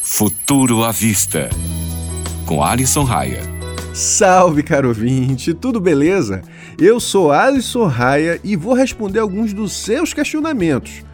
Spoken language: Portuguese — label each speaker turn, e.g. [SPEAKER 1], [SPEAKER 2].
[SPEAKER 1] Futuro à Vista, com Alisson Raia.
[SPEAKER 2] Salve, caro ouvinte, tudo beleza? Eu sou Alisson Raia e vou responder alguns dos seus questionamentos.